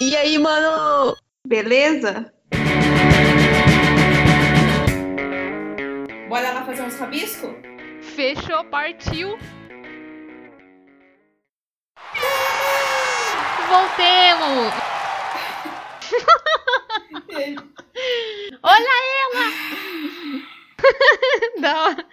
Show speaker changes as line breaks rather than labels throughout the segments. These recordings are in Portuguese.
E aí, mano?
Beleza?
Bora lá fazer uns rabisco?
Fechou, partiu. Voltemos! Olha ela! da hora.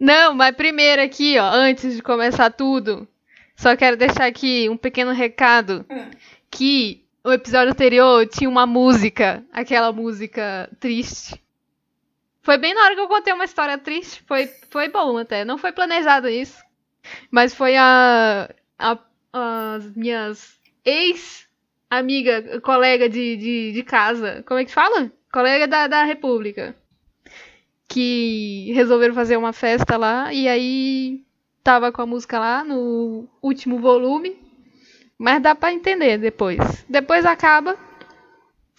Não, mas primeiro aqui, ó, antes de começar tudo, só quero deixar aqui um pequeno recado
Hum.
que o episódio anterior tinha uma música, aquela música triste. Foi bem na hora que eu contei uma história triste, foi, foi bom até, não foi planejado isso, mas foi a, a- as minhas ex amiga, colega de, de, de casa, como é que fala? Colega da, da república que resolveram fazer uma festa lá e aí tava com a música lá no último volume. Mas dá pra entender depois. Depois acaba.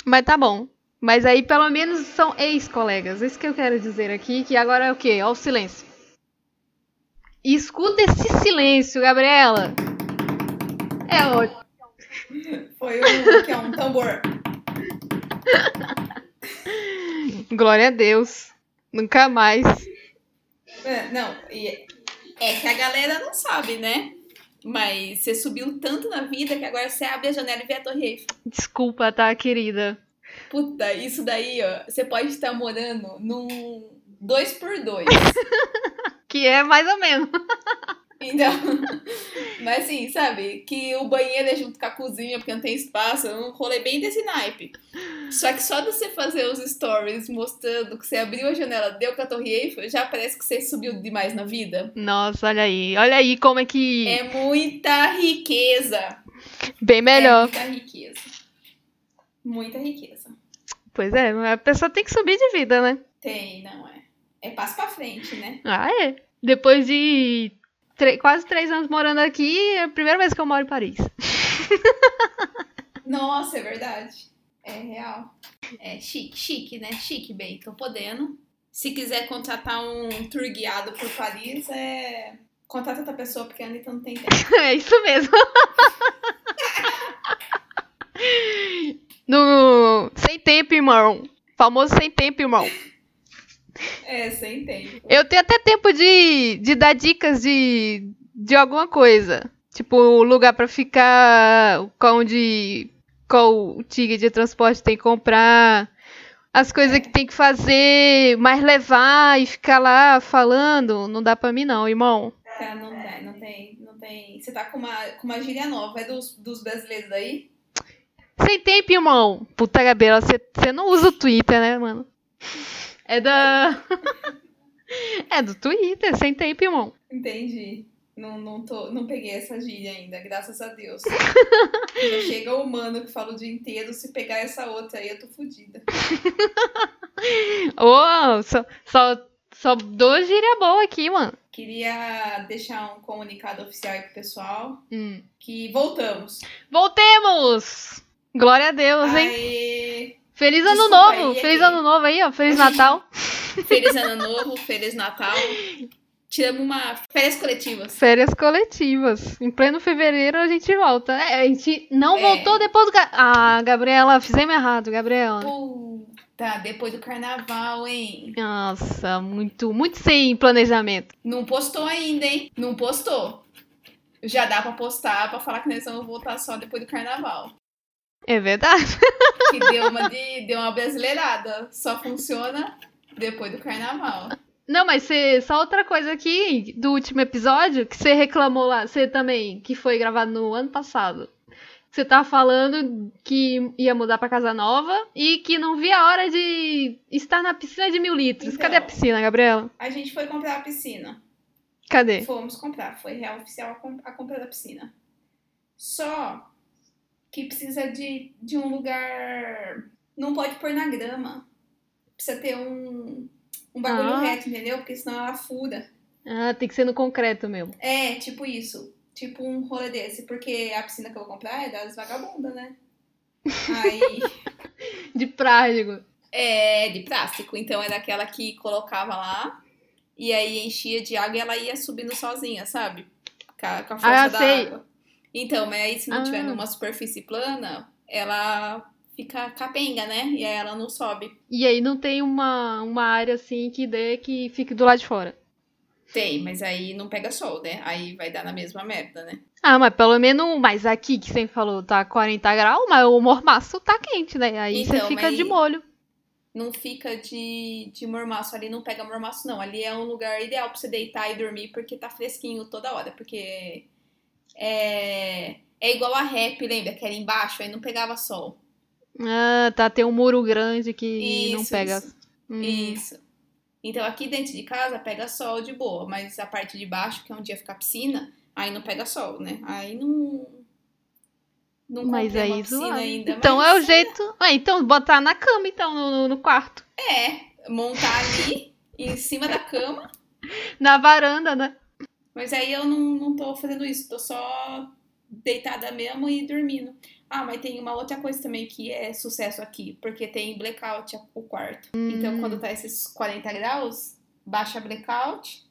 Mas tá bom. Mas aí pelo menos são ex-colegas. Isso que eu quero dizer aqui, que agora é o quê? Ó o silêncio. E escuta esse silêncio, Gabriela. É ótimo.
Foi o que é um tambor.
Glória a Deus. Nunca mais.
É, Não, e é que a galera não sabe, né? Mas você subiu tanto na vida que agora você abre a janela e vê a Torre Eiffel.
Desculpa, tá, querida?
Puta, isso daí, ó. Você pode estar morando num 2x2.
Que é mais ou menos.
Então, mas assim, sabe? Que o banheiro é junto com a cozinha porque não tem espaço. Um rolê bem desse naipe. Só que só de você fazer os stories mostrando que você abriu a janela, deu com a Torre Eiffel, já parece que você subiu demais na vida.
Nossa, olha aí. Olha aí como é que.
É muita riqueza.
Bem melhor.
É muita riqueza. Muita riqueza.
Pois é, mas a pessoa tem que subir de vida, né?
Tem, não é? É passo pra frente, né?
Ah, é. Depois de tre- quase três anos morando aqui, é a primeira vez que eu moro em Paris.
Nossa, é verdade. É real. É chique, chique, né? Chique, bem, tô podendo. Se quiser contratar um tour guiado por Paris, é. Contrata outra pessoa, porque a Anitta não tem tempo.
é isso mesmo. no... Sem tempo, irmão. Famoso sem tempo, irmão.
É, sem tempo.
Eu tenho até tempo de, de dar dicas de, de alguma coisa. Tipo, lugar pra ficar, qual onde, qual ticket de transporte tem que comprar, as coisas que tem que fazer, mas levar e ficar lá falando, não dá pra mim não, irmão.
Tá, não dá, não tem, não tem. Você tá com uma, com uma gíria nova, é dos, dos brasileiros aí?
Sem tempo, irmão. Puta Gabriela, você não usa o Twitter, né, mano? É da... é do Twitter, sem tempo, irmão.
Entendi. Não, não, tô, não peguei essa gíria ainda, graças a Deus. Já chega o humano que fala o dia inteiro, se pegar essa outra aí, eu tô fodida.
Ô, só, só, só dou gíria boa aqui, mano.
Queria deixar um comunicado oficial aí pro pessoal
Hum.
que voltamos.
Voltemos! Glória a Deus, hein?
Aê!
Feliz ano
desculpa
novo!
aí,
Feliz
hein?
ano novo aí, ó. Feliz Natal.
Feliz ano novo, feliz Natal. Tiramos uma férias coletivas.
Férias coletivas. Em pleno fevereiro a gente volta. É, a gente não
É.
voltou depois do. Ga- Ah, Gabriela, fizemos errado, Gabriela.
Puta, depois do carnaval, hein?
Nossa, muito, muito sem planejamento.
Não postou ainda, hein? Não postou. Já dá pra postar, pra falar que nós vamos voltar só depois do carnaval.
É verdade.
Que deu uma, de, deu uma brasileirada. Só funciona depois do carnaval.
Não, mas cê, só outra coisa aqui do último episódio que você reclamou lá, você também, que foi gravado no ano passado. Você tava falando que ia mudar pra casa nova e que não via a hora de estar na piscina de mil litros.
Então.
Cadê a piscina, Gabriela?
A gente foi comprar a piscina.
Cadê?
Fomos comprar, foi real oficial a, com- a compra da piscina. Só que precisa de, de um lugar. Não pode pôr na grama. Precisa ter um, um bagulho
Ah.
reto, entendeu? Porque senão ela fura.
Ah, tem que ser no concreto mesmo.
É, tipo isso. Tipo um rolê desse. Porque a piscina que eu vou comprar é das vagabundas, né? Aí.
De prático.
É, de plástico. Então era aquela que colocava lá e aí enchia de água e ela ia subindo sozinha, sabe? Com a, com a força
eu
da
Ah, sei.
água. Então, mas aí se não tiver
Ah.
numa superfície plana, ela fica capenga, né? E aí ela não sobe.
E aí não tem uma, uma área assim que dê que fique do lado de fora.
Tem, mas aí não pega sol, né? Aí vai dar na mesma merda, né?
Ah, mas pelo menos, mas aqui que você falou, tá 40 graus, mas o mormaço tá quente, né? Aí
Então,
você fica
mas
de
aí-
molho.
Não fica de, de mormaço, ali não pega mormaço, não. Ali é um lugar ideal pra você deitar e dormir, porque tá fresquinho toda hora. Porque é, é igual a rap, lembra? Que era embaixo, aí não pegava sol.
Ah, tá, tem um muro grande que não
Isso,
pega.
isso,
Hum.
Isso. Então aqui dentro de casa pega sol de boa, mas a parte de baixo, que é onde ia ficar a piscina, aí não pega sol, né? Aí não. Não
Mas
comprei uma
aí
piscina
zoado.
ainda.
Então
mas
é o jeito. Ah, então botar na cama, então, no, no- no quarto.
É, montar ali em cima da cama,
Na varanda, né?
mas aí eu não, não tô fazendo isso, tô só deitada mesmo e dormindo. Ah, mas tem uma outra coisa também que é sucesso aqui, porque tem blackout o quarto. Então quando tá esses 40 graus, baixa blackout,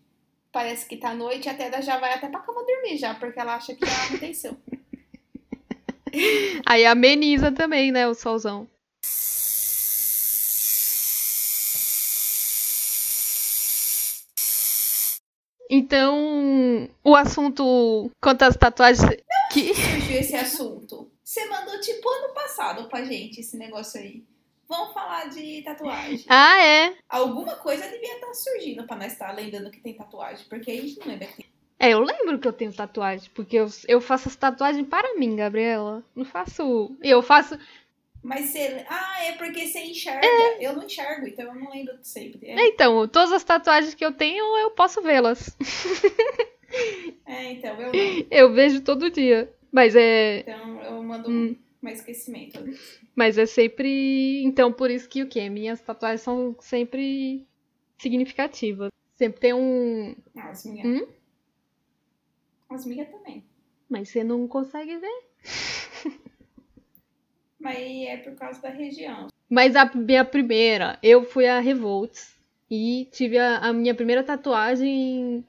parece que tá noite, até ela já vai até pra cama dormir já, porque ela acha que já não tem seu.
Aí ameniza também, né, o solzão. Então, o assunto quanto às tatuagens que
Surgiu esse assunto. Você mandou tipo ano passado pra gente esse negócio aí. Vamos falar de tatuagem.
Ah, é.
Alguma coisa devia estar surgindo pra nós estar lembrando que tem tatuagem, porque a gente não lembra que tem.
É, eu lembro que eu tenho tatuagem, porque eu, eu faço as tatuagens para mim, Gabriela. Não faço. Eu faço.
Mas você. Ah, é porque você enxerga.
É.
Eu não enxergo, então eu não lembro sempre. É,
Então, todas as tatuagens que eu tenho, eu posso vê-las.
é, então eu não.
Eu vejo todo dia. Mas é.
Então eu mando
Hum.
um esquecimento.
Mas é sempre. Então, por isso que o quê? Minhas tatuagens são sempre significativas. Sempre tem um.
Ah, as minhas.
Hum?
As minhas também.
Mas você não consegue ver.
Mas é por causa da região.
Mas a minha primeira, eu fui a Revolts e tive a, a minha primeira tatuagem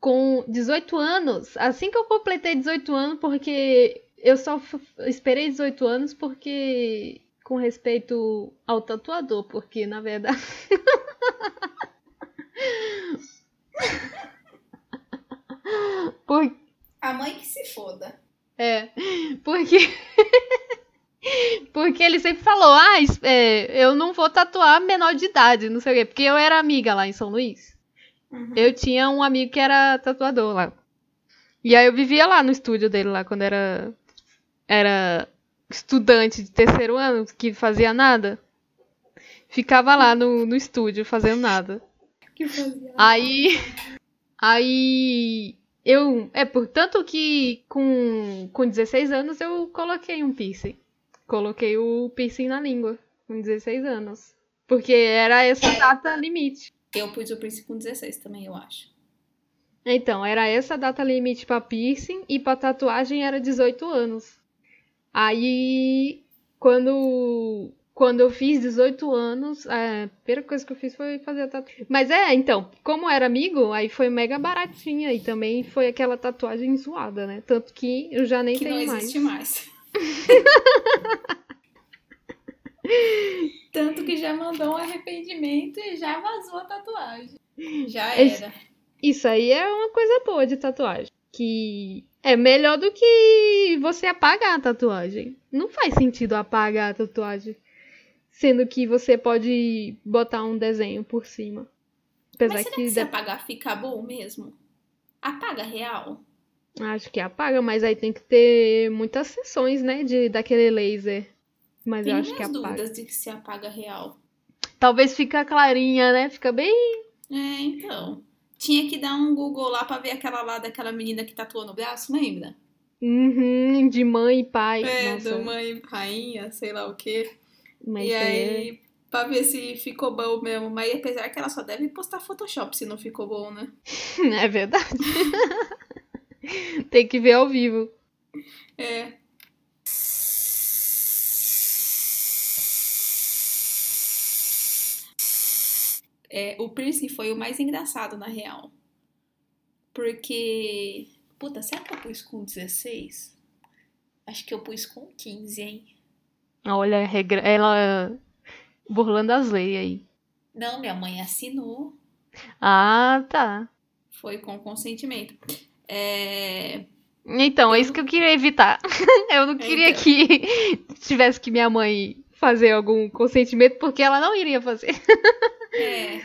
com 18 anos. Assim que eu completei 18 anos, porque eu só f- esperei 18 anos porque com respeito ao tatuador, porque na verdade Por-
A mãe que se foda.
é, porque. Porque ele sempre falou, ah, es- é, eu não vou tatuar menor de idade, não sei o quê. Porque eu era amiga lá em São Luís.
Uhum.
Eu tinha um amigo que era tatuador lá. E aí eu vivia lá no estúdio dele lá, quando era, era estudante de terceiro ano, que fazia nada. Ficava lá no, no estúdio fazendo nada.
Que fazia.
Aí. Aí. Eu. É, portanto que com, com 16 anos eu coloquei um piercing. Coloquei o piercing na língua. Com 16 anos. Porque era essa data limite.
Eu pus o príncipe com 16 também, eu acho.
Então, era essa data limite pra piercing e pra tatuagem era 18 anos. Aí, quando, quando eu fiz 18 anos, é, a primeira coisa que eu fiz foi fazer a tatuagem. Mas é, então, como era amigo, aí foi mega baratinha e também foi aquela tatuagem zoada, né? Tanto que eu já nem
que não
tenho mais.
existe mais. Tanto que já mandou um arrependimento e já vazou a tatuagem. Já
Esse-
era.
Isso aí é uma coisa boa de tatuagem. Que é melhor do que você apagar a tatuagem. Não faz sentido apagar a tatuagem. Sendo que você pode botar um desenho por cima. Apesar
Mas será que
que.
se
de-
apagar fica bom mesmo? Apaga real?
Acho que apaga, mas aí tem que ter muitas sessões, né? De, daquele laser. Mas eu
Tenho
acho que
minhas
apaga.
dúvidas de que se apaga real.
Talvez fica clarinha, né? Fica bem.
É, então. Tinha que dar um Google lá pra ver aquela lá daquela menina que tatuou no braço, lembra?
Uhum, de mãe e pai.
É,
Nossa,
do mãe, rainha, sei lá o quê.
mas
E
isso aí é-
aí, pra ver se ficou bom mesmo. Mas apesar que ela só deve postar Photoshop se não ficou bom, né?
É verdade. Tem que ver ao vivo.
É. É, o piercing foi o mais engraçado, na real. Porque Puta, será que eu pus com 16? Acho que eu pus com 15, hein?
Olha, regra... ela burlando as leis aí.
Não, minha mãe assinou.
Ah, tá.
Foi com consentimento. É...
Então, é isso que eu queria evitar. eu não queria
Então.
que tivesse que minha mãe fazer algum consentimento, porque ela não iria fazer.
é,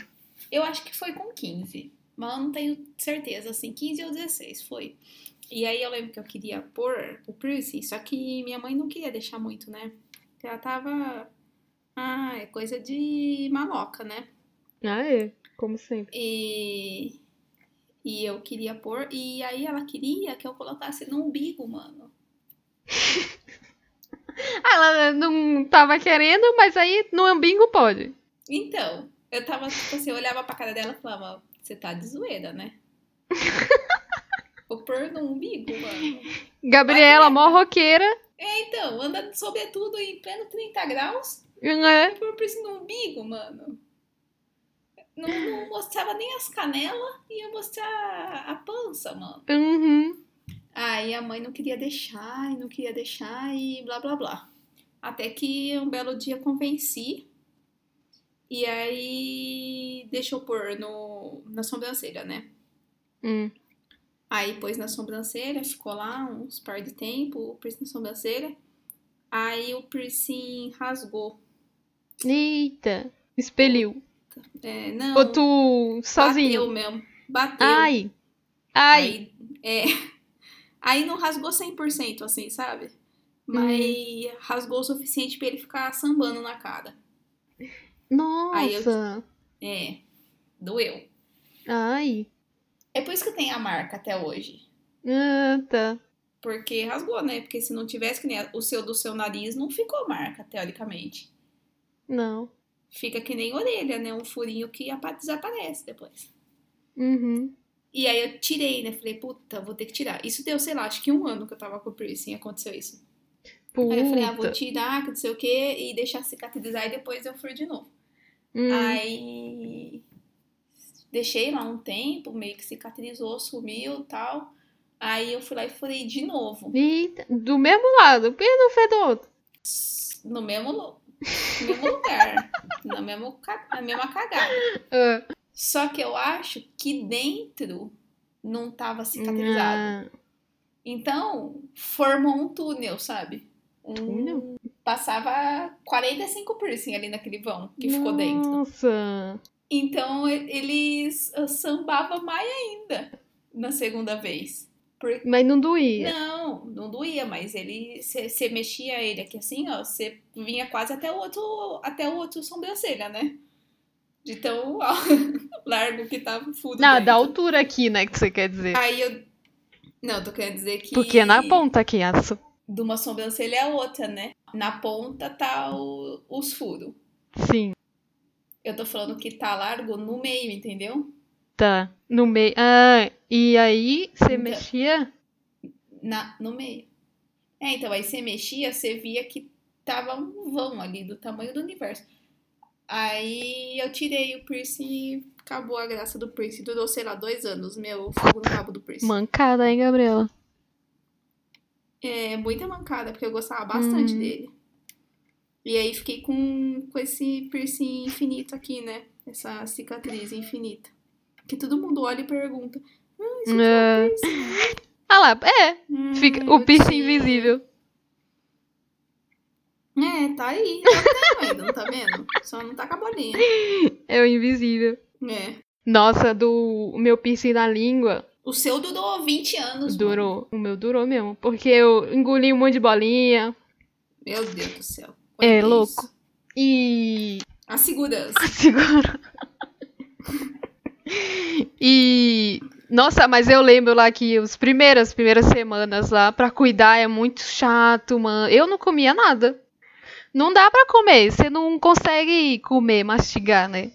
Eu acho que foi com 15. Mas eu não tenho certeza, assim, 15 ou 16 foi. E aí eu lembro que eu queria pôr o piercing, só que minha mãe não queria deixar muito, né? Porque ela tava. Ah, é coisa de maloca, né?
Ah, é. Como sempre.
E, e eu queria pôr. E aí ela queria que eu colocasse no umbigo, mano.
Ah, Ela não tava querendo, mas aí no ambingo pode.
Então, eu tava, tipo assim, eu olhava pra cara dela e falava, você tá de zoeira, né? Vou pôr no umbigo, mano.
Gabriela, mó roqueira,
Então, andando sobretudo em pleno 30 graus,
né?
pôr piercing no umbigo, mano. Não, não mostrava nem as canelas, ia mostrar a pança, mano.
Uhum.
Aí a mãe não queria deixar, e não queria deixar, e blá blá blá. Até que um belo dia convenci. E aí deixou pôr no, na sobrancelha, né?
Hum.
Aí pôs na sobrancelha, ficou lá uns par de tempo, o piercing na sobrancelha. Aí o piercing rasgou.
Eita. Expeliu.
É, não,
Ou tu sozinho.
bateu mesmo. Bateu.
Ai. Ai.
Aí, é. Aí não rasgou 100%, assim, sabe? Mas
Hum.
rasgou o suficiente pra ele ficar sambando na cara. Aí eu-
Nossa.
É. Doeu.
Ai.
É por isso que tem a marca até hoje.
Ah, tá.
Porque rasgou, né? Porque se não tivesse que nem o seu do seu nariz, não ficou marca, teoricamente.
Não.
Fica que nem orelha, né? Um furinho que apa- desaparece depois.
Uhum.
E aí eu tirei, né? Falei, puta, vou ter que tirar. Isso deu, sei lá, acho que um ano que eu tava com o piercing, aconteceu isso.
Puta.
Aí eu falei, ah, vou tirar, que não sei o quê, e deixar cicatrizar e depois eu furo de novo.
Hum.
Aí deixei lá um tempo, meio que cicatrizou, sumiu e tal. Aí eu fui lá e furei de novo.
Eita, do mesmo lado, por que não fez do outro?
No mesmo, lu- no mesmo lugar. na, mesmo, ca- na mesma cagada.
Ah.
Só que eu acho que dentro não tava
Ah,
cicatrizado. Então, formou um túnel, sabe? Um-
Túnel?
Passava 45 piercing ali naquele vão que ficou dentro.
Nossa.
Então e- eles ah, sambava mais ainda na segunda vez. Porque
Mas não doía.
não, não doía, mas ele você mexia ele aqui assim, ó, você vinha quase até o outro, até o outro sobrancelha, né? De tão ó, largo que tava o furo
Não, da
dentro.
altura aqui, né, que você quer dizer.
Aí eu Não, tô querendo dizer que
Porque é na ponta aqui, aço.
de uma sobrancelha a outra, né? Na ponta tá o- os furos.
Sim,
Eu tô falando que tá largo no meio, entendeu?
tá. No meio. Ah, e aí, você
Então.
mexia?
Na, no meio. É, então aí você mexia, você via que tava um vão ali do tamanho do universo. Aí eu tirei o piercing e acabou a graça do piercing. Durou, sei lá, dois anos, meu fogo no rabo do piercing.
Mancada, hein, Gabriela?
É muita mancada, porque eu gostava bastante
Hum.
dele. E aí fiquei com, com esse piercing infinito aqui, né? Essa cicatriz infinita. Que todo mundo olha e pergunta. Ah, isso aqui é um piercing?"
Ah lá, é.
Hum,
Fica
eu
o piercing
tinha.
invisível.
É, tá aí. Eu tenho ainda, não tá vendo? Só não tá com a bolinha.
É o invisível.
É.
Nossa, do o meu piercing na língua
O seu durou 20 anos. mano.
durou. O meu durou mesmo. Porque eu engoli um monte de bolinha.
Meu Deus do céu.
É,
isso.
louco. E
A segurança.
Segura. E nossa, mas eu lembro lá que os primeiras as primeiras semanas lá pra cuidar é muito chato, mano. Eu não comia nada. Não dá pra comer, você não consegue comer, mastigar, né?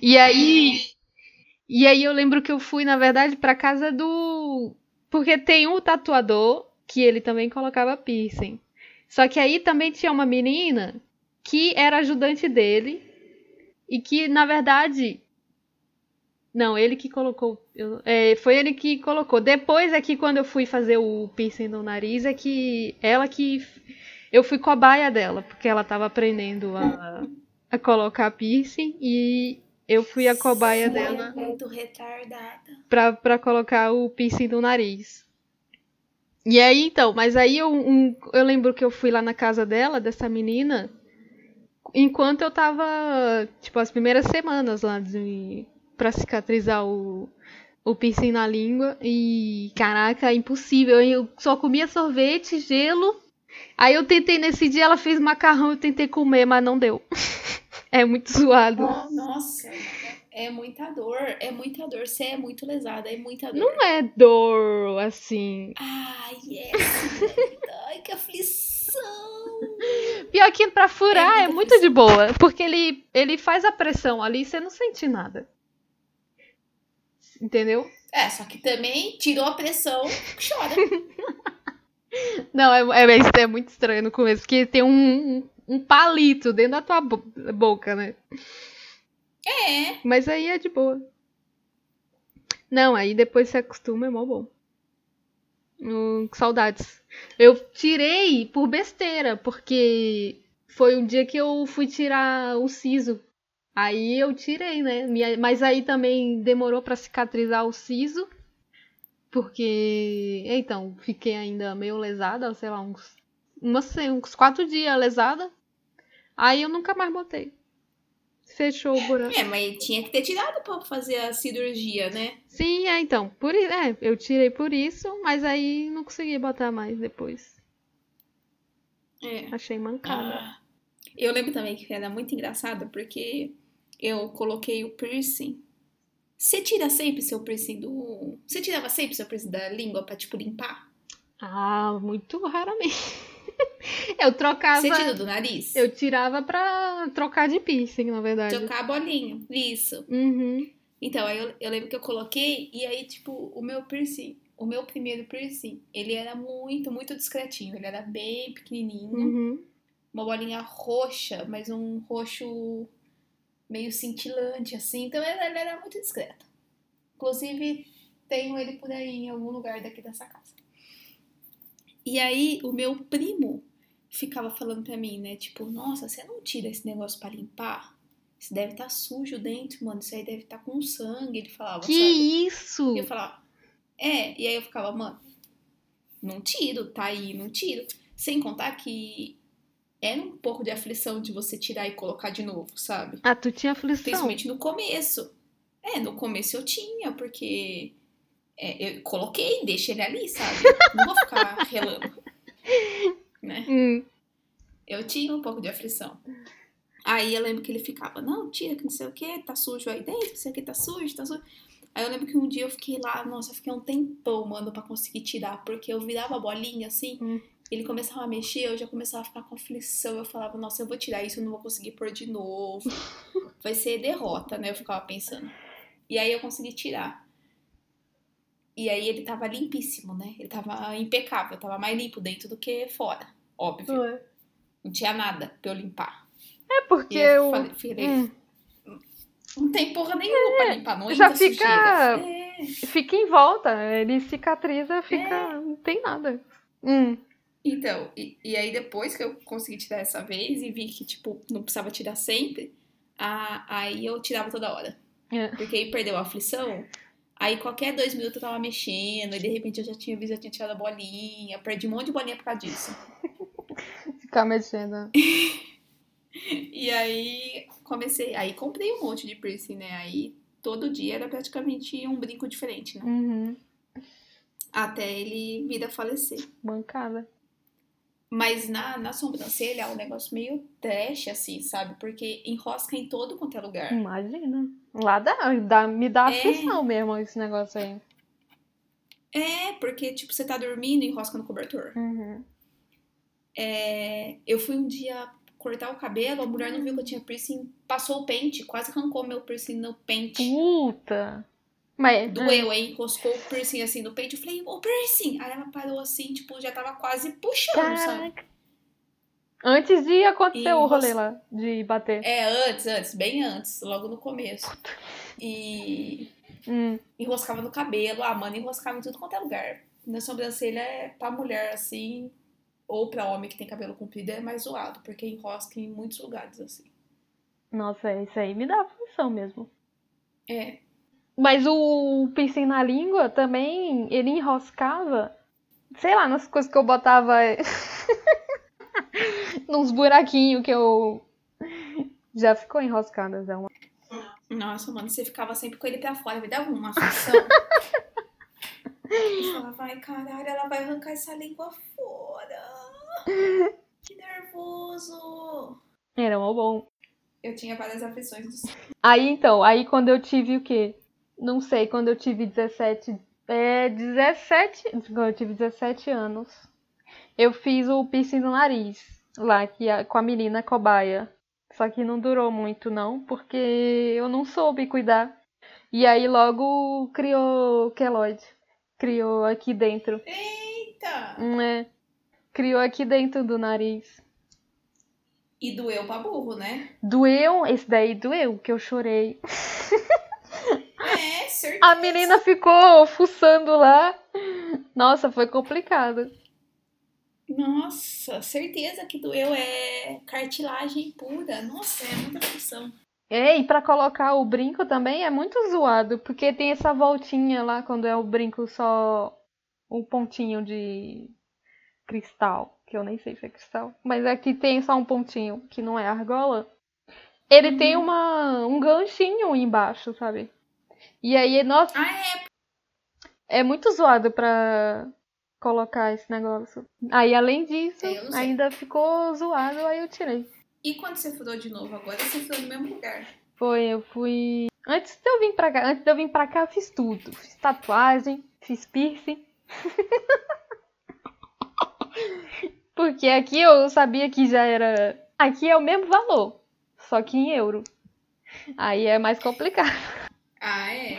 E aí E aí eu lembro que eu fui, na verdade, pra casa do porque tem um tatuador que ele também colocava piercing. Só que aí também tinha uma menina que era ajudante dele e que, na verdade, Não, ele que colocou. eu- é, foi ele que colocou. Depois é que quando eu fui fazer o piercing no nariz, é que ela que. f- Eu fui cobaia dela, porque ela tava aprendendo a, a colocar piercing e eu fui a cobaia dela
Muito retardada.
pra, pra colocar o piercing no nariz. E aí, então, mas aí eu, um- eu lembro que eu fui lá na casa dela, dessa menina, enquanto eu tava, tipo, as primeiras semanas lá de, pra cicatrizar o, o piercing na língua. E, caraca, impossível. Eu só comia sorvete, gelo. Aí eu tentei nesse dia, ela fez macarrão, eu tentei comer, mas não deu. é muito zoado.
Nossa, é muita dor, é muita dor. Você é muito lesada, é muita dor.
Não é dor, assim,
Ai, é, yes. Ai, que aflição.
Pior que pra furar é,
É muito
muito de boa, porque ele, ele faz a pressão ali e você não sente nada. Entendeu?
É, só que também tirou a pressão, chora.
Não, é, é, mas é muito estranho no começo, porque tem um, um, um palito dentro da tua bo- boca, né?
É.
Mas aí é de boa. Não, aí depois você acostuma, é mó bom. Hum, saudades. Eu tirei por besteira, porque foi um dia que eu fui tirar o siso. Aí eu tirei, né? Minha- Mas aí também demorou pra cicatrizar o siso. Porque, então, fiquei ainda meio lesada, sei lá, uns, umas, se- uns quatro dias lesada. Aí eu nunca mais botei. Fechou o buraco.
É, mas tinha que ter tirado pra fazer a cirurgia, né?
Sim, é, então. Por, i- é, eu tirei por isso, mas aí não consegui botar mais depois.
É.
Achei mancada.
Ah. Eu lembro também que era muito engraçado porque eu coloquei o piercing. Você tira sempre seu piercing do. Você tirava sempre seu piercing da língua pra, tipo, limpar?
Ah, muito raramente. Eu trocava.
Você tira do nariz?
Eu tirava pra trocar de piercing, na verdade.
Trocar a bolinha. Isso.
Uhum.
Então, aí eu, eu lembro que eu coloquei e aí, tipo, o meu piercing, o meu primeiro piercing, ele era muito, muito discretinho. Ele era bem pequenininho.
Uhum.
uma bolinha roxa, mas um roxo meio cintilante, assim. Então ela, ela era muito discreta. Inclusive, tenho ele por aí em algum lugar daqui dessa casa. E aí, o meu primo ficava falando pra mim, né? Tipo, nossa, você não tira esse negócio pra limpar? Isso deve estar sujo dentro, mano. Isso aí deve estar com sangue. Ele falava,
Que
sabe?
isso?
E eu falava, é, e aí eu ficava, mano, não tiro, tá aí, não tiro. Sem contar que era um pouco de aflição de você tirar e colocar de novo, sabe?
Ah, tu tinha aflição.
Principalmente no começo. É, no começo eu tinha, porque é, eu coloquei, deixa ele ali, sabe? Não vou ficar relando. Né?
Hum.
Eu tinha um pouco de aflição. Aí eu lembro que ele ficava, não, tira, que não sei o que, tá sujo aí dentro, não sei o que, tá sujo, tá sujo. Aí eu lembro que um dia eu fiquei lá, nossa, eu fiquei um tempão, mano, pra conseguir tirar, porque eu virava a bolinha assim,
Hum.
ele começava a mexer, eu já começava a ficar com aflição. Eu falava, nossa, eu vou tirar isso, eu não vou conseguir pôr de novo. Vai ser derrota, né? Eu ficava pensando. E aí eu consegui tirar. E aí ele tava limpíssimo, né? Ele tava impecável, tava mais limpo dentro do que fora, óbvio.
É
Não tinha nada pra eu limpar.
porque
E eu
eu.
falei, é falei,
Hum. É,
não tem porra nenhuma pra limpar, não
já
entra
fica-
sujeira. É,
Fica em volta, ele cicatriza, fica. Não tem nada. Hum.
Então, e, e aí depois que eu consegui tirar essa vez e vi que, tipo, não precisava tirar sempre, a- aí eu tirava toda hora.
É.
Porque aí perdeu a aflição. Aí qualquer dois minutos eu tava mexendo, e de repente eu já tinha visto, eu tinha tirado a bolinha, perdi um monte de bolinha por causa disso.
Ficar mexendo.
E aí comecei, aí comprei um monte de piercing, né? Aí todo dia era praticamente um brinco diferente, né?
Uhum.
Até ele vir a falecer.
Bancada.
Mas na, na sobrancelha é um negócio meio trash, assim, sabe? Porque enrosca em todo quanto é lugar.
Hum. Imagina. Lá dá, dá- me dá
É.
aflição mesmo esse negócio aí.
É, porque, tipo, você tá dormindo e enrosca no cobertor.
Uhum.
É, eu fui um dia cortar o cabelo, a mulher não viu que eu tinha piercing, passou o pente, quase arrancou meu piercing no
Hum.
pente.
Puta! Mas.
Doeu, aí encoscou o piercing assim no pente. Eu falei, o piercing! Aí ela parou assim, tipo, já tava quase puxando, sabe?
é, Caraca. Antes de acontecer
E
o rolê
você-
lá, de bater.
É, antes, antes, bem antes, logo no começo. E.
Hum.
Enroscava no cabelo, ah, mano, enroscava em tudo quanto é lugar. Na sobrancelha é pra mulher assim, ou pra homem que tem cabelo comprido é mais zoado, porque enrosca em muitos lugares assim.
Nossa, isso aí me dá aflição mesmo.
É,
Mas o piercing na língua também, ele enroscava, sei lá, nas coisas que eu botava. nos buraquinhos que eu. Já ficou enroscada já. uma-
nossa, mano, você ficava sempre com ele pra fora, me dava uma aflição. Eu falava, vai caralho, ela vai arrancar essa língua fora. Que nervoso.
Era mó bom.
Eu tinha várias aflições do
Aí então, aí quando eu tive o quê? Não sei, quando eu tive 17. É, 17. Quando eu tive 17 anos, eu fiz o piercing no nariz, lá que a- com a menina cobaia. Só que não durou muito, não, porque eu não soube cuidar. E aí logo criou o queloide. Criou aqui dentro.
Eita!
né? Criou aqui dentro do nariz.
E doeu pra burro, né?
Doeu, esse daí doeu, que eu chorei.
É, certeza.
A menina ficou fuçando lá. Nossa, foi complicado.
Nossa, certeza que doeu. É cartilagem pura. Nossa, é muita aflição.
É, e pra colocar o brinco também é muito zoado, porque tem essa voltinha lá quando é o brinco só um pontinho de cristal, que eu nem sei se é cristal, mas aqui tem só um pontinho, que não é argola. Ele tem
Uhum.
uma um ganchinho embaixo, sabe? E aí, nossa,
Ah, é?
é muito zoado pra colocar esse negócio. Aí, além disso,
É, eu não sei.
ainda ficou zoado, aí eu tirei.
E quando você furou de novo agora, você furou no mesmo lugar.
Foi, eu fui. Antes de eu vir pra cá, antes de eu vir pra cá, eu fiz tudo. Fiz tatuagem, fiz piercing. Porque aqui eu sabia que já era. Aqui é o mesmo valor, só que em euro. Aí é mais complicado
Ah, é?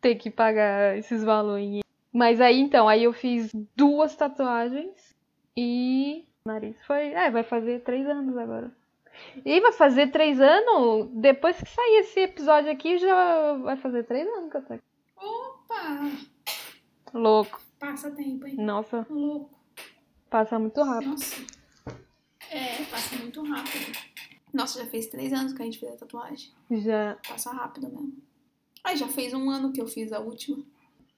ter que pagar esses valores. em euro. Mas aí então, aí eu fiz duas tatuagens e. Nariz foi. É, vai fazer três anos agora. E vai fazer três anos? Depois que sair esse episódio aqui, já vai fazer três anos que eu tô aqui.
Opa!
Louco.
Passa tempo, hein?
Nossa,
Louco.
passa muito rápido.
Nossa. É, passa muito rápido. Nossa, já fez três anos que a gente fez a tatuagem.
Já.
Passa rápido mesmo. Ai, já fez um ano que eu fiz a última.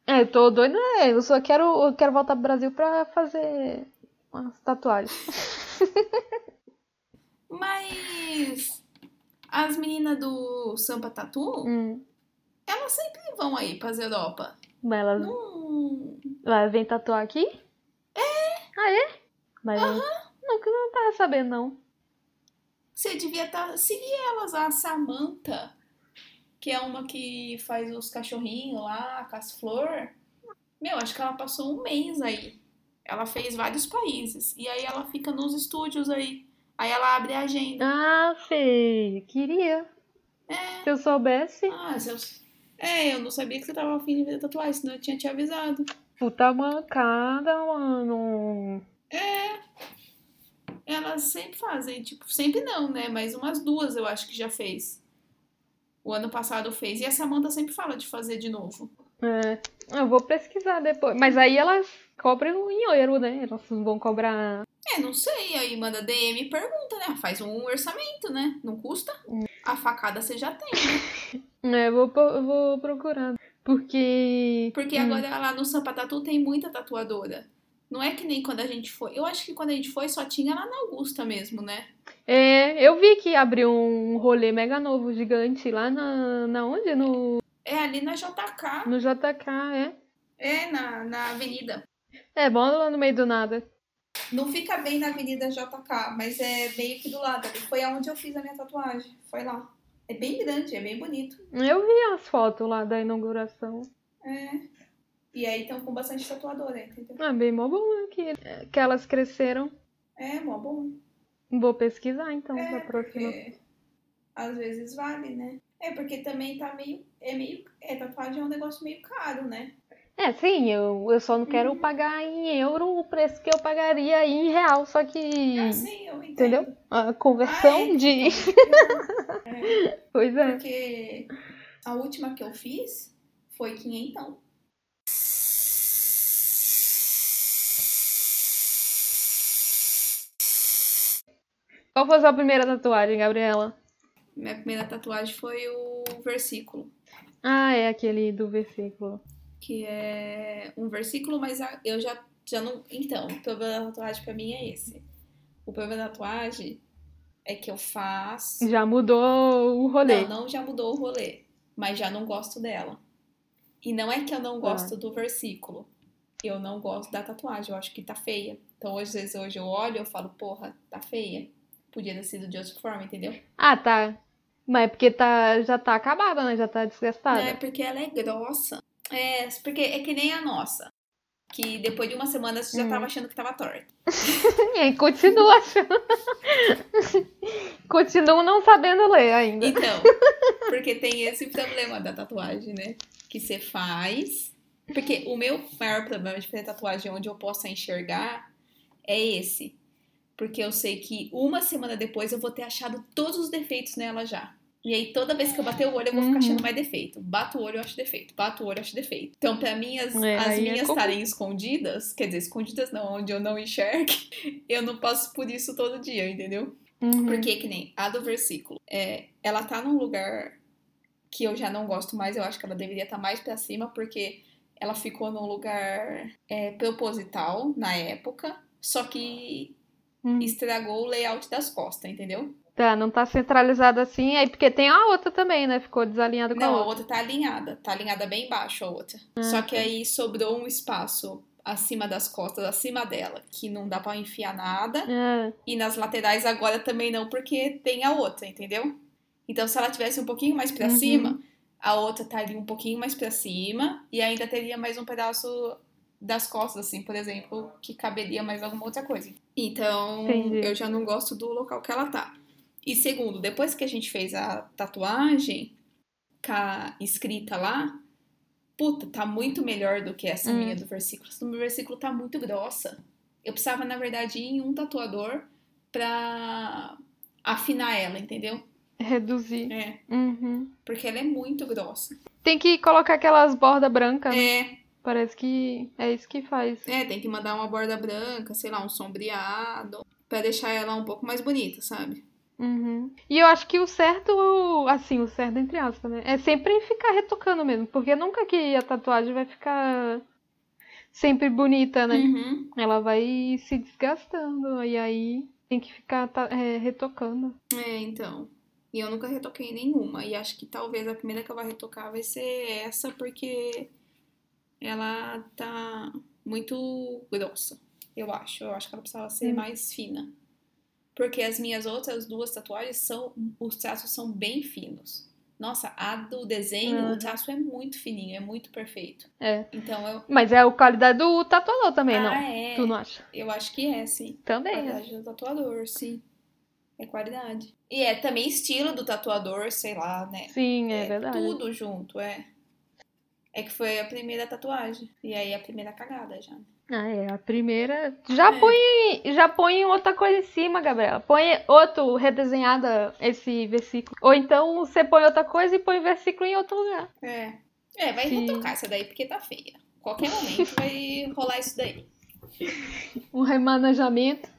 É, eu tô doida, né? Eu só quero, eu quero voltar pro Brasil pra fazer umas tatuagens.
Mas as meninas do Sampa Tatu,
Hum.
elas sempre vão aí pras Europa.
Mas elas,
Não.
elas vêm tatuar aqui? É. Ah, é? Mas eu nunca não tava sabendo, não.
Você devia estar. Seguir elas, a Samantha, que é uma que faz os cachorrinhos lá, com as flor. Meu, acho que ela passou um mês aí. Ela fez vários países. E aí ela fica nos estúdios aí. Aí ela abre a agenda.
Ah, sei. Queria. Se eu soubesse,
Ah, se eu... É, eu não sabia que você tava afim de ver tatuagem, senão eu tinha te avisado.
puta mancada, mano.
Elas sempre fazem, tipo, sempre não, né? Mas umas duas eu acho que já fez. O ano passado fez. E a Samantha sempre fala de fazer de novo.
É, eu vou pesquisar depois. Mas aí elas cobram em euro, né? Elas vão cobrar.
É, não sei. Aí manda DM e pergunta, né? Faz um orçamento, né? Não custa? A facada você já tem.
É, eu vou, po- eu vou procurar. Porque.
Porque
Hum.
agora lá no Sampa Tatu tem muita tatuadora. Não é que nem quando a gente foi. Eu acho que quando a gente foi só tinha lá na Augusta mesmo, né?
É, eu vi que abriu um rolê mega novo, gigante, lá na, na onde? No,
É ali na JK.
no JK,
É, na, na avenida.
é. É, bola lá no meio do nada.
Não fica bem na Avenida JK, mas é meio que do lado. ali. Foi aonde eu fiz a minha tatuagem. Foi lá. É bem grande, é bem bonito.
Eu vi as fotos lá da inauguração.
É. E aí estão com bastante tatuadora, entendeu?
Ah, bem mó bom né, que, que elas cresceram.
É, mó bom.
Vou pesquisar então
É,
pra próxima.
porque às vezes vale, né? É porque também tá meio. É meio. É, tatuagem é um negócio meio caro, né?
É, sim, eu, eu só não quero
Uhum.
pagar em euro o preço que eu pagaria em real, só que.
Ah, sim, eu entendo.
Hum. Entendeu? A conversão
Ah, é. Uhum.
de. pois é.
Porque a última que eu fiz Foi quinhentão.
Qual foi a sua primeira tatuagem, Gabriela?
Minha primeira tatuagem foi o versículo.
Ah, é aquele do versículo.
Que é um versículo, mas a- eu já, já não. Então, o problema da tatuagem pra mim é esse. O problema da tatuagem é que eu faço.
Já mudou o rolê.
Não, não já mudou o rolê, mas já não gosto dela. E não é que eu não gosto do versículo. Eu não gosto da tatuagem, eu acho que tá feia. Então, às vezes, hoje eu olho e eu falo, porra, tá feia. Podia ter sido de outra forma, entendeu?
Ah, tá. Mas é porque tá, já tá acabada, né? Já tá desgastada.
Não, é porque ela é grossa. É, porque é que nem a nossa. Que depois de uma semana você já
Hum.
tava achando que tava torta.
E aí continua achando. Continuo não sabendo ler ainda.
Então, porque tem esse problema da tatuagem, né? Que você faz. Porque o meu maior problema de fazer tatuagem onde eu possa enxergar é esse. Porque eu sei que uma semana depois eu vou ter achado todos os defeitos nela já. E aí toda vez que eu bater o olho eu vou
Uhum.
ficar achando mais defeito. Bato o olho eu acho defeito. Bato o olho eu acho defeito. Então pra mim as,
É,
as
aí é
minhas
complicado.
estarem escondidas, quer dizer, escondidas não, onde eu não enxergo, eu não passo por isso todo dia, entendeu?
Uhum.
Porque que nem a do versículo, é, ela tá num lugar que eu já não gosto mais, eu acho que ela deveria estar mais pra cima, porque ela ficou num lugar é, proposital na época, só que
Hum.
estragou o layout das costas, entendeu?
Tá, não tá centralizado assim. Aí porque tem a outra também, né? Ficou desalinhado com a
Não, a
outra. Ah, tá.
outra tá alinhada, tá alinhada bem embaixo a outra. Só que aí sobrou um espaço acima das costas, acima dela, que não dá pra enfiar nada.
Ah,
E nas laterais agora também não, porque tem a outra, entendeu? Então, se ela tivesse um pouquinho mais pra
Uhum.
cima, a outra estaria um pouquinho mais pra cima e ainda teria mais um pedaço das costas, assim, por exemplo, que caberia mais alguma outra coisa. Então,
Entendi.
eu já não gosto do local que ela tá. E segundo, depois que a gente fez a tatuagem com a escrita lá, puta, tá muito melhor do que essa
Hum.
minha do versículo. Essa do meu versículo tá muito grossa. Eu precisava, na verdade, ir em um tatuador pra afinar ela, entendeu?
reduzir.
É.
Uhum.
Porque ela é muito grossa.
Tem que colocar aquelas bordas brancas, né?
É,
Parece que é isso que faz.
é, tem que mandar uma borda branca, sei lá, um sombreado, pra deixar ela um pouco mais bonita, sabe?
Uhum. E eu acho que o certo, assim, o certo entre aspas, né? É sempre ficar retocando mesmo, porque nunca que a tatuagem vai ficar sempre bonita, né?
Uhum.
Ela vai se desgastando e aí tem que ficar ta- é, retocando.
É, então. E eu nunca retoquei nenhuma. E acho que talvez a primeira que eu vá retocar vai ser essa, porque ela tá muito grossa, eu acho. Eu acho que ela precisava ser
Hum.
mais fina. Porque as minhas outras duas tatuagens são. Os traços são bem finos. Nossa, a do desenho,
Aham.
o traço é muito fininho, é muito perfeito.
É.
Então eu.
Mas é a qualidade do tatuador também, não?
Ah, é.
Tu não acha?
Eu acho que é, sim.
Também.
Qualidade do tatuador, sim. É qualidade. E é também estilo do tatuador, sei lá, né?
Sim, é, verdade.
Tudo junto, é. É que foi a primeira tatuagem. E aí a primeira cagada já.
Ah, é. A primeira. Já
É.
põe. Já põe outra coisa em cima, Gabriela. Põe outro redesenhada esse versículo. Ou então você põe outra coisa e põe o versículo em outro lugar.
É. É, vai
Sim.
retocar essa daí porque tá feia. Qualquer momento vai rolar isso daí.
Um remanejamento.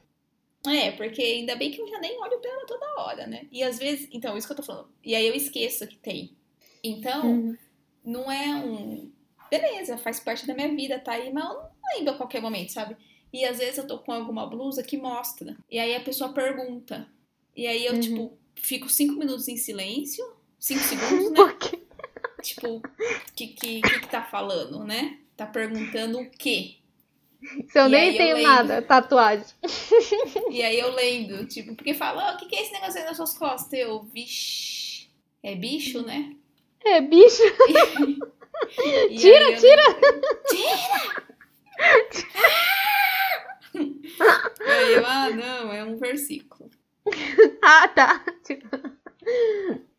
É, porque ainda bem que eu já nem olho pra ela toda hora, né? E às vezes. Então, isso que eu tô falando. E aí eu esqueço que tem. Então,
Uhum.
não é um. Beleza, faz parte da minha vida, tá aí, mas eu não lembro a qualquer momento, sabe? E às vezes eu tô com alguma blusa que mostra. E aí a pessoa pergunta. E aí eu,
Uhum.
tipo, fico cinco minutos em silêncio, cinco segundos, né?
Por quê?
tipo, o que, que, que que tá falando, né? Tá perguntando o quê?
Se eu
E
nem
aí eu
tenho
lembro.
nada, tatuagem.
E aí eu lembro, tipo, porque fala, "Ah, o que, que é esse negócio aí nas suas costas? Eu, vixe, é bicho, né?
É bicho.
tira, tira! Tira! E aí eu, ah, não, é um versículo.
Ah, tá. Tipo-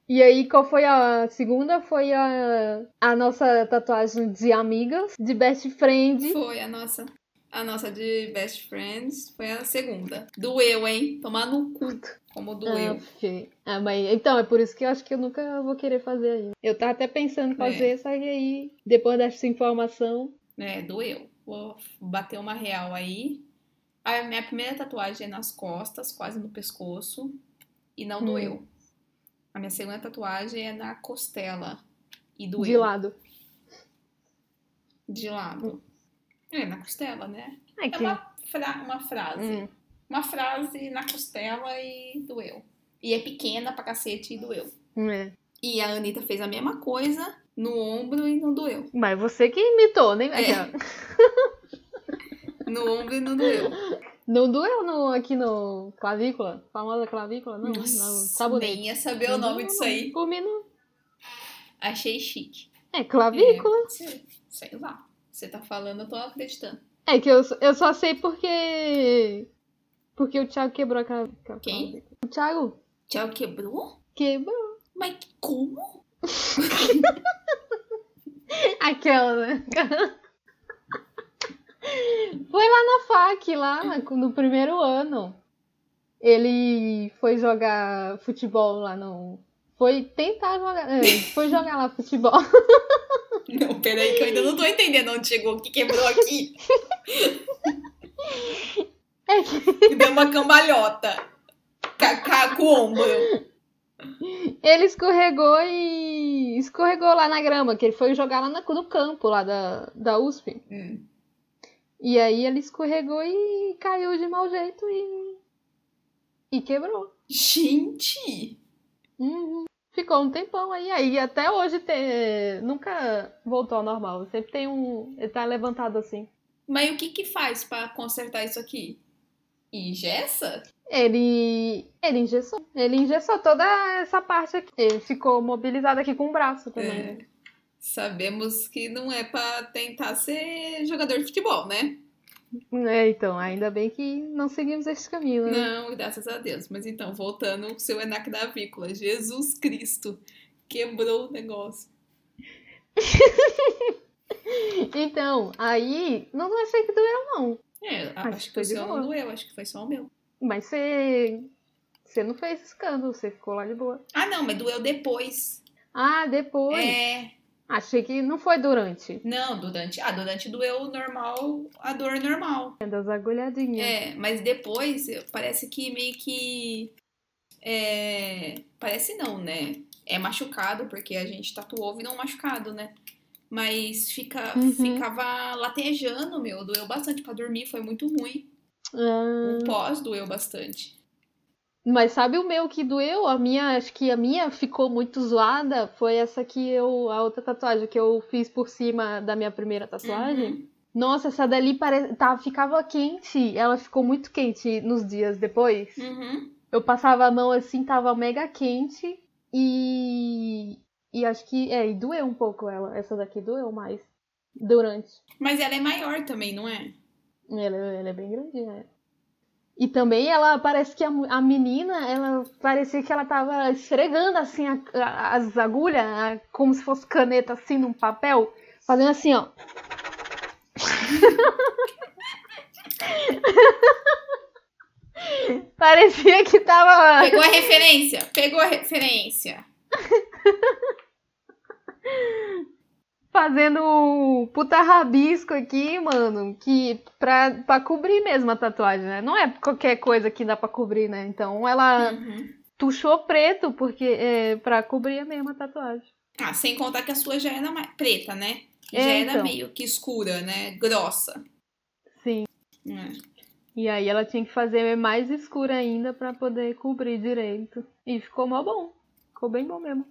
E aí, qual foi a segunda? Foi a, a nossa tatuagem de amigas, de best friend.
Foi a nossa. A nossa de Best Friends foi a segunda. Doeu, hein? Tomar no cu. Como doeu.
Ok. Ah, mas então, é por isso que eu acho que eu nunca vou querer fazer ainda. Eu tava até pensando em fazer, só que aí, depois dessa informação.
É, doeu. Vou bater uma real aí. A minha primeira tatuagem é nas costas, quase no pescoço. E não
Hum.
doeu. A minha segunda tatuagem é na costela. E doeu.
De lado.
De lado. É, na costela, né?
Ai,
É
que...
uma, fra- uma frase.
Hum.
Uma frase na costela e doeu. E é pequena pra cacete e doeu.
É.
E a Anitta fez a mesma coisa no ombro e não doeu.
Mas você que imitou, né?
É. No ombro e não doeu.
Não doeu no, aqui no clavícula? Famosa clavícula? Não, não. Sabonete.
nem ia saber o
Não
nome
doeu,
disso
não.
aí.
Por mim, não.
Achei chique.
É, clavícula.
É, sei- sei lá. Você tá falando, eu tô acreditando.
É, que eu, eu só sei porque. Porque o Thiago quebrou a clavícula.
Quem?
O Thiago
Tchau, quebrou?
quebrou.
Mas como?
Aquela, né? Foi lá na FAC, lá na- no primeiro ano. Ele foi jogar futebol lá no. Foi tentar jogar. é, Foi jogar lá futebol.
Não, peraí, que eu ainda não tô entendendo onde chegou, o que quebrou aqui.
É que
Me deu uma cambalhota. Cacá com o ombro.
Ele escorregou e. escorregou lá na grama, que ele foi jogar lá na- no campo lá da, da USP.
Hum.
E aí ele escorregou e caiu de mau jeito e. e quebrou.
Gente!
Uhum. Ficou um tempão aí. Aí até hoje te- nunca voltou ao normal. Sempre tem um. Ele tá levantado assim.
Mas o que que faz pra consertar isso aqui? Ingessa?
Ele. Ele engessou. Ele engessou toda essa parte aqui. Ele ficou mobilizado aqui com o braço também. né?
É. Sabemos que não é pra tentar ser jogador de futebol, né?
É, então, ainda bem que não seguimos esse caminho, né?
Não, graças a Deus. Mas então, voltando o seu Enac da Avícola. Jesus Cristo quebrou o negócio.
Então, aí não achei que doeu, não.
É, a-
Acho
acho,
que
que
foi
o
de
seu
boa.
não doeu, acho que foi só o meu.
Mas você. Você não fez escândalo, você ficou lá de boa.
Ah, não, mas doeu depois.
Ah, depois.
É,
Achei que não foi durante.
Não, durante. Ah, durante doeu normal, a dor normal.
É das agulhadinhas.
É, mas depois eu- parece que meio que. É, parece não, né? É machucado, porque a gente tatuou e não machucado, né? Mas fica,
Uhum.
ficava latejando, meu. Doeu bastante pra dormir, foi muito ruim.
Ah,
O pós doeu bastante.
mas sabe o meu que doeu? A minha, acho que a minha ficou muito zoada. Foi essa que eu. A outra tatuagem que eu fiz por cima da minha primeira tatuagem.
Uhum.
Nossa, essa dali pare... tá, ficava quente. Ela ficou muito quente nos dias depois.
Uhum.
Eu passava a mão assim, tava mega quente e. E acho que. É, e doeu um pouco ela. Essa daqui doeu mais. Durante.
Mas ela é maior também, não é?
Ela, ela é bem grandinha. é. E também ela parece que a, mu- a menina, ela parecia que ela tava esfregando assim a- a- as agulhas, a- como se fosse caneta assim num papel, fazendo assim, ó. parecia que tava.
Pegou a referência! Pegou a referência!
fazendo um puta rabisco aqui, mano, que pra, pra cobrir mesmo a tatuagem, né? Não é qualquer coisa que dá pra cobrir, né? Então ela
Uhum.
tuchou preto porque é, pra cobrir a mesma tatuagem.
Ah, sem contar que a sua já era mais preta, né? Já
É,
era
então.
meio que escura, né? Grossa.
Sim.
É.
E aí ela tinha que fazer mais escura ainda pra poder cobrir direito. E ficou mó bom. Ficou bem bom mesmo.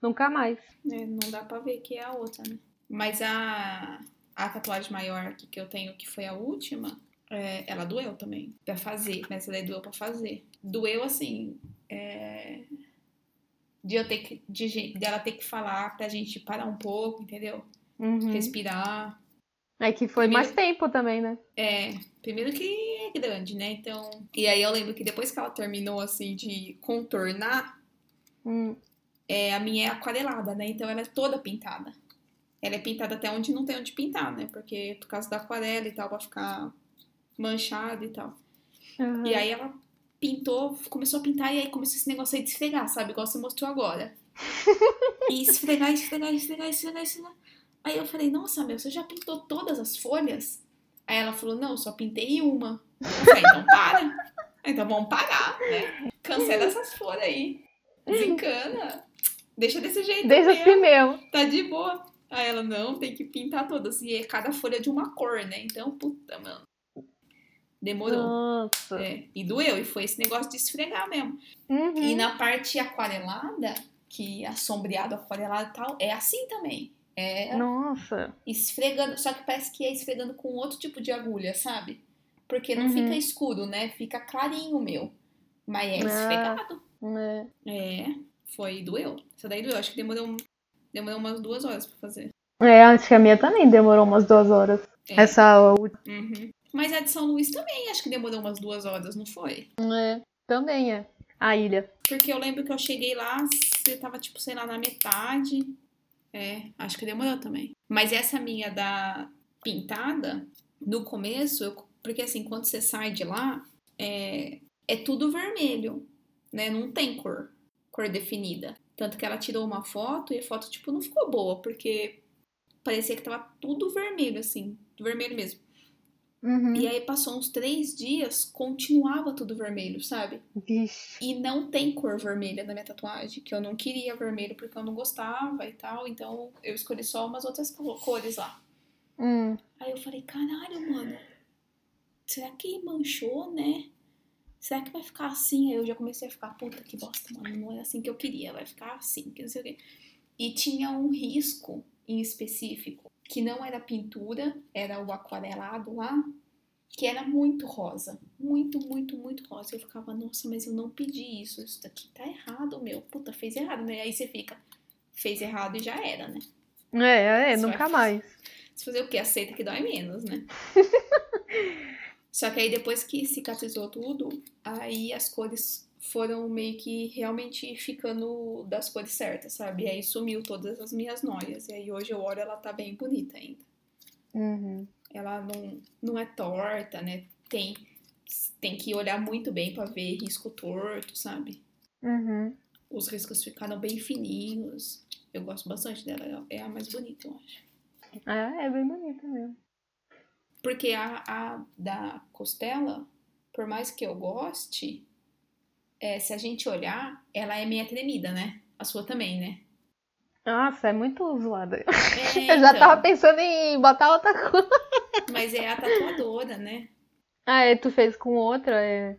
Nunca mais.
É, não dá pra ver que é a outra, né? Mas a, a tatuagem maior aqui que eu tenho, que foi a última, é, ela doeu também. Pra fazer, mas ela é doeu pra fazer. Doeu assim. é, de eu ter que. De, gen- dela ter que falar pra gente parar um pouco, entendeu?
Uhum.
Respirar.
É que foi mais tempo também, né?
É, primeiro que é grande, né? Então. E aí eu lembro que depois que ela terminou assim de contornar,
Hum.
é, a minha é aquarelada, né? Então ela é toda pintada. Ela é pintada até onde não tem onde pintar, né? Porque por causa da aquarela e tal, pra ficar manchada e tal.
Aham.
E aí ela pintou, começou a pintar e aí começou esse negócio aí de esfregar, sabe? Igual você mostrou agora. E esfregar, esfregar, esfregar, esfregar, esfregar. Aí eu falei, nossa, meu, você já pintou todas as folhas? Aí ela falou, não, só pintei uma. Eu falei, então para. Então vamos parar, né? Cancela essas folhas aí. Desencana. Deixa desse jeito
Deixa
mesmo
assim mesmo.
tá de boa. Aí ela, não, tem que pintar todas. E é cada folha de uma cor, né? Então, puta, mano. Demorou.
Nossa.
É, e doeu, e foi esse negócio de esfregar mesmo.
Uhum.
E na parte aquarelada, que é sombreado, aquarelado e tal, é assim também. É
Nossa.
esfregando, só que parece que é esfregando com outro tipo de agulha, sabe? Porque não
Uhum.
fica escuro, né? Fica clarinho o meu. Mas é
Ah.
esfregado.
Né?
É, foi, doeu. Essa daí doeu, acho que demorou, um- demorou umas duas horas pra fazer.
É, acho que a minha também demorou umas duas horas.
É.
Essa
Uhum. Mas a de São Luís também, acho que demorou umas duas horas, não foi?
também é. A ilha.
Porque eu lembro que eu cheguei lá, você tava, tipo, sei lá, na metade. É, acho que demorou também. Mas essa minha da pintada, no começo, eu- porque assim, quando você sai de lá, é, é tudo vermelho, né? Não tem cor, cor definida. Tanto que ela tirou uma foto e a foto, tipo, não ficou boa, porque parecia que tava tudo vermelho, assim, vermelho mesmo.
Uhum.
E aí passou uns três dias, continuava tudo vermelho, sabe?
Vixe.
E não tem cor vermelha na minha tatuagem, que eu não queria vermelho porque eu não gostava e tal. Então eu escolhi só umas outras co- cores lá.
Hum.
Aí eu falei, caralho, mano, será que manchou, né? Será que vai ficar assim? Aí eu já comecei a ficar, puta que bosta, mano, não é assim que eu queria, vai ficar assim, que não sei o quê. E tinha um risco em específico, que não era pintura, era o aquarelado lá, que era muito rosa. Muito, muito, muito rosa. Eu ficava, nossa, mas eu não pedi isso, isso daqui tá errado, meu. Puta, fez errado, né? Aí você fica, fez errado e já era, né?
É, é,
Isso
nunca
é.
mais.
Se fazer o quê? Aceita que dói menos, né? Só que aí depois que cicatrizou tudo, aí as cores foram meio que realmente ficando das cores certas, sabe? E aí sumiu todas as minhas noias. E aí hoje eu olho, ela tá bem bonita ainda.
Uhum.
Ela não, não é torta, né? Tem, tem que olhar muito bem pra ver risco torto, sabe?
Uhum.
Os riscos ficaram bem fininhos. Eu gosto bastante dela, é a mais bonita, eu acho.
É, é bem bonito mesmo.
Porque a, a da costela, por mais que eu goste, é, se a gente olhar, ela é meio tremida, né? A sua também, né?
Nossa, é muito zoada.
É,
Eu já
então,
tava pensando em botar outra coisa.
Mas é a tatuadora, né?
Ah, é, tu fez com outra, é.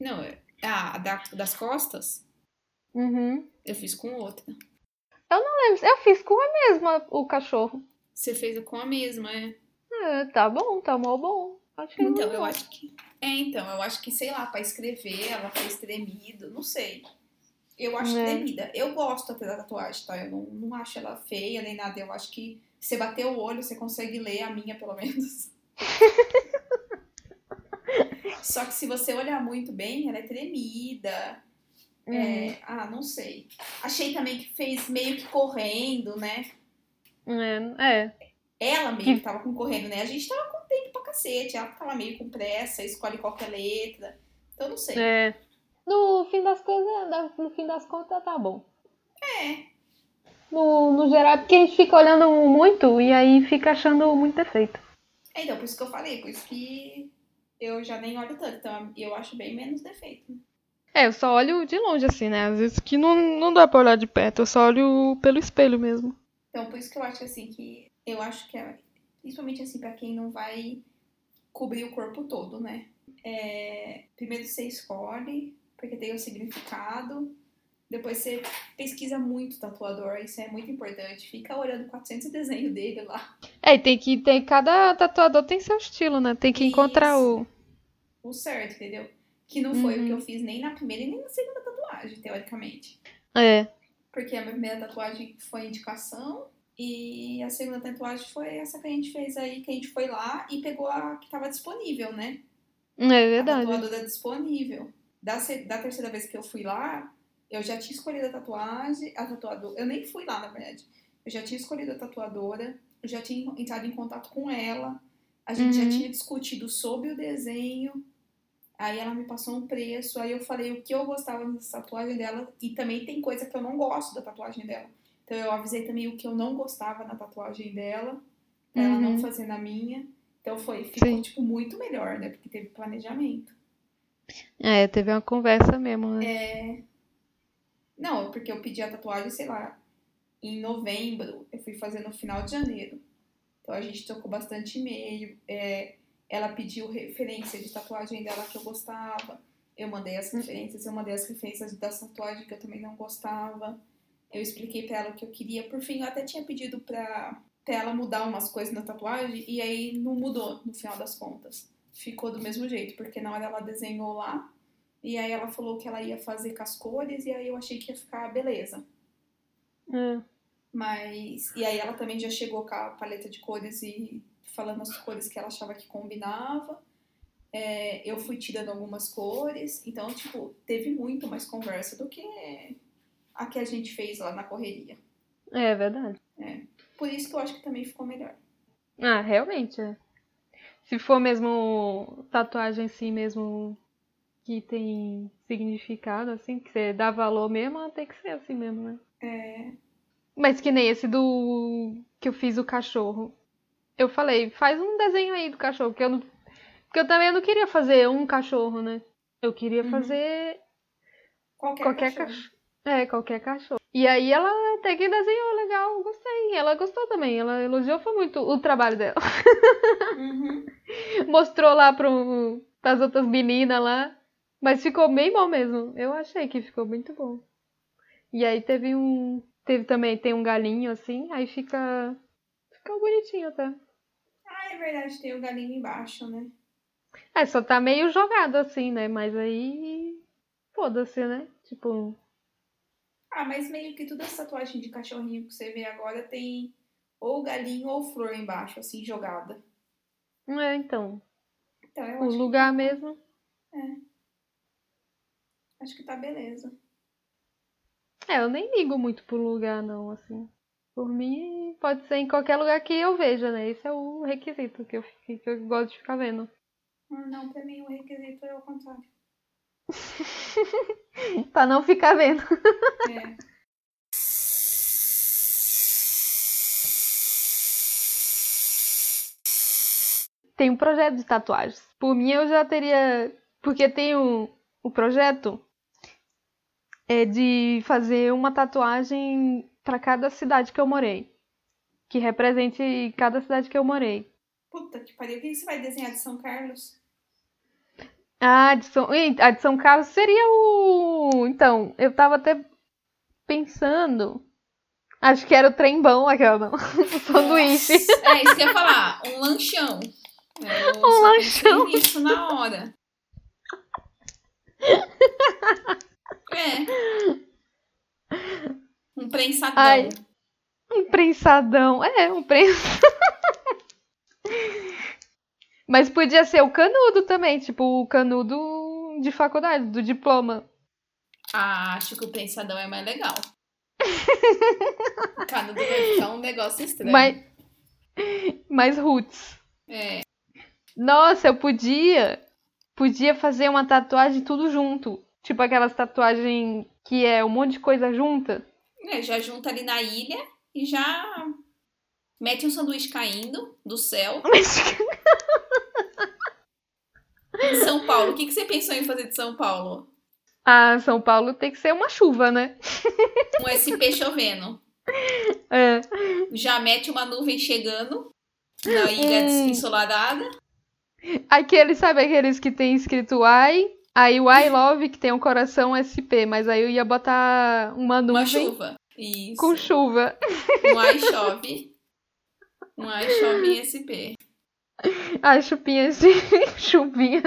Não, é- a da, das costas,
Uhum.
eu fiz com outra.
Eu fiz com a mesma o cachorro.
Você fez com a mesma, é?
É, tá bom, tá mal bom. Acho que
Então,
não.
eu acho que. É, então, eu acho que, sei lá, pra escrever, ela fez tremido, não sei. Eu acho
É.
tremida. Eu gosto até da tatuagem, tá? Eu não, não acho ela feia nem nada. Eu acho que você bater o olho, você consegue ler a minha, pelo menos. Só que se você olhar muito bem, ela é tremida.
Uhum.
É, ah, não sei. Achei também que fez meio que correndo, né?
É, é.
Ela meio que tava concorrendo, né? A gente tava com tempo pra cacete. Ela tava meio com pressa, escolhe qualquer letra. Então, não sei.
é. No fim das coisas, da- no fim das contas, tá bom.
É.
No, no geral, é porque a gente fica olhando muito e aí fica achando muito defeito.
É, então, por isso que eu falei. Por isso que eu já nem olho tanto. Então, eu acho bem menos defeito.
É, eu só olho de longe assim, né? Às vezes que não, não dá pra olhar de perto, eu só olho pelo espelho mesmo.
Então, por isso que eu acho, assim, que... Eu acho que é... Principalmente, assim, pra quem não vai cobrir o corpo todo, né? É, primeiro você escolhe, porque tem o significado. Depois você pesquisa muito o tatuador. Isso é muito importante. Fica olhando 400 desenhos dele lá.
É, e tem que. Tem, cada tatuador tem seu estilo, né? Tem que encontrar
Isso.
o.
o certo, entendeu? Que não foi o
Uhum.
que eu fiz nem na primeira e nem na segunda tatuagem, teoricamente.
É.
Porque a minha primeira tatuagem foi indicação e a segunda tatuagem foi essa que a gente fez aí, que a gente foi lá e pegou a que tava disponível, né?
É
A
verdade.
tatuadora tá disponível. Da, se- da terceira vez que eu fui lá, eu já tinha escolhido a tatuagem, a tatuadora. Eu nem fui lá, na verdade. eu já tinha escolhido a tatuadora, eu já tinha entrado em contato com ela, a gente já
Uhum.
tinha discutido sobre o desenho, aí ela me passou um preço, aí eu falei o que eu gostava da tatuagem dela, e também tem coisa que eu não gosto da tatuagem dela. Então eu avisei também o que eu não gostava na tatuagem dela, pra ela não
Uhum.
fazer na minha. Então foi, ficou,
Sim.
tipo, muito melhor, né? Porque teve planejamento.
É, teve uma conversa mesmo, né?
Não, é porque eu pedi a tatuagem, sei lá, em novembro. Eu fui fazer no final de janeiro. Então a gente trocou bastante e-mail. é, ela pediu referência de tatuagem dela que eu gostava. Eu mandei as referências, eu mandei as referências da tatuagem que eu também não gostava. Eu expliquei pra ela o que eu queria. Por fim, eu até tinha pedido pra, pra ela mudar umas coisas na tatuagem e aí não mudou no final das contas. Ficou do mesmo jeito, porque na hora ela desenhou lá e aí ela falou que ela ia fazer com as cores e aí eu achei que ia ficar beleza.
É.
Mas e aí ela também já chegou com a paleta de cores e falando as cores que ela achava que combinava. É, eu fui tirando algumas cores, então tipo, teve muito mais conversa do que a que a gente fez lá na correria.
É verdade.
Por isso que eu acho que também ficou melhor.
Ah, realmente, é. Se for mesmo tatuagem assim mesmo que tem significado, assim, que você dá valor mesmo, tem que ser assim mesmo, né?
É,
Mas que nem esse do que eu fiz o cachorro. Eu falei, faz um desenho aí do cachorro, porque eu não... porque eu também não queria fazer um cachorro, né? Eu queria
Uhum.
fazer
qualquer
qualquer
cachorro.
cachorro. É, qualquer cachorro. E aí ela até que desenhou legal, gostei. Ela gostou também, ela elogiou foi muito o trabalho dela.
Uhum.
Mostrou lá pro... pras outras meninas lá. Mas ficou bem bom mesmo. Eu achei que ficou muito bom. E aí teve um. Teve também, tem um galinho assim, aí fica. Ficou bonitinho até.
Ah, é verdade, tem o galinho embaixo, né?
É, só tá meio jogado assim, né? Mas aí. Foda-se, né? Tipo.
Ah, mas meio que todas as tatuagens de cachorrinho que você vê agora tem ou galinho ou flor embaixo, assim, jogada.
não É, então.
Então eu
O
acho,
lugar mesmo.
acho que tá beleza.
É, eu nem ligo muito pro lugar, não, assim. Por mim, pode ser em qualquer lugar que eu veja, né? Esse é o requisito que eu, fi- que eu gosto de ficar vendo.
Ah, não, pra mim o requisito é o contrário.
Pra não ficar vendo.
É.
tem um projeto de tatuagens. Por mim, eu já teria. Porque tem o, o projeto é de fazer uma tatuagem para cada cidade que eu morei. Que represente cada cidade que eu morei.
Puta que pariu, o que que você vai desenhar de São Carlos?
Ah, de São, Ih, a de São Carlos seria o. Então, eu tava até pensando. Acho que era o trembão, aquela não. O sanduíche.
É isso que eu ia falar, um lanchão. É, Eu
Um
só pensei
lanchão.
Isso na hora. É. Um prensadão.
Ai. Um prensadão. É, um prensadão. Mas podia ser o canudo também, tipo o canudo de faculdade, do diploma.
Ah, acho que o prensadão é mais legal. O canudo vai ficar um negócio estranho.
Mas, mas roots.
É.
Nossa, eu podia. Podia fazer uma tatuagem tudo junto. Tipo aquelas tatuagens que é um monte de coisa junta.
É, já junta ali na ilha e já mete um sanduíche caindo do céu.
Mas-
Em São Paulo, o que, que você pensou em fazer de São Paulo?
Ah, São Paulo tem que ser uma chuva, né?
Um SP chovendo.
É.
Já mete uma nuvem chegando na ilha
Hum.
ensolarada.
Aqueles, sabe aqueles que tem escrito I? Aí o I love, que tem um coração SP, mas aí eu ia botar uma nuvem
Uma chuva. Isso.
com chuva.
Um ai chove. Um ai chove em SP.
Ai, chupinhas de assim, chuvinha.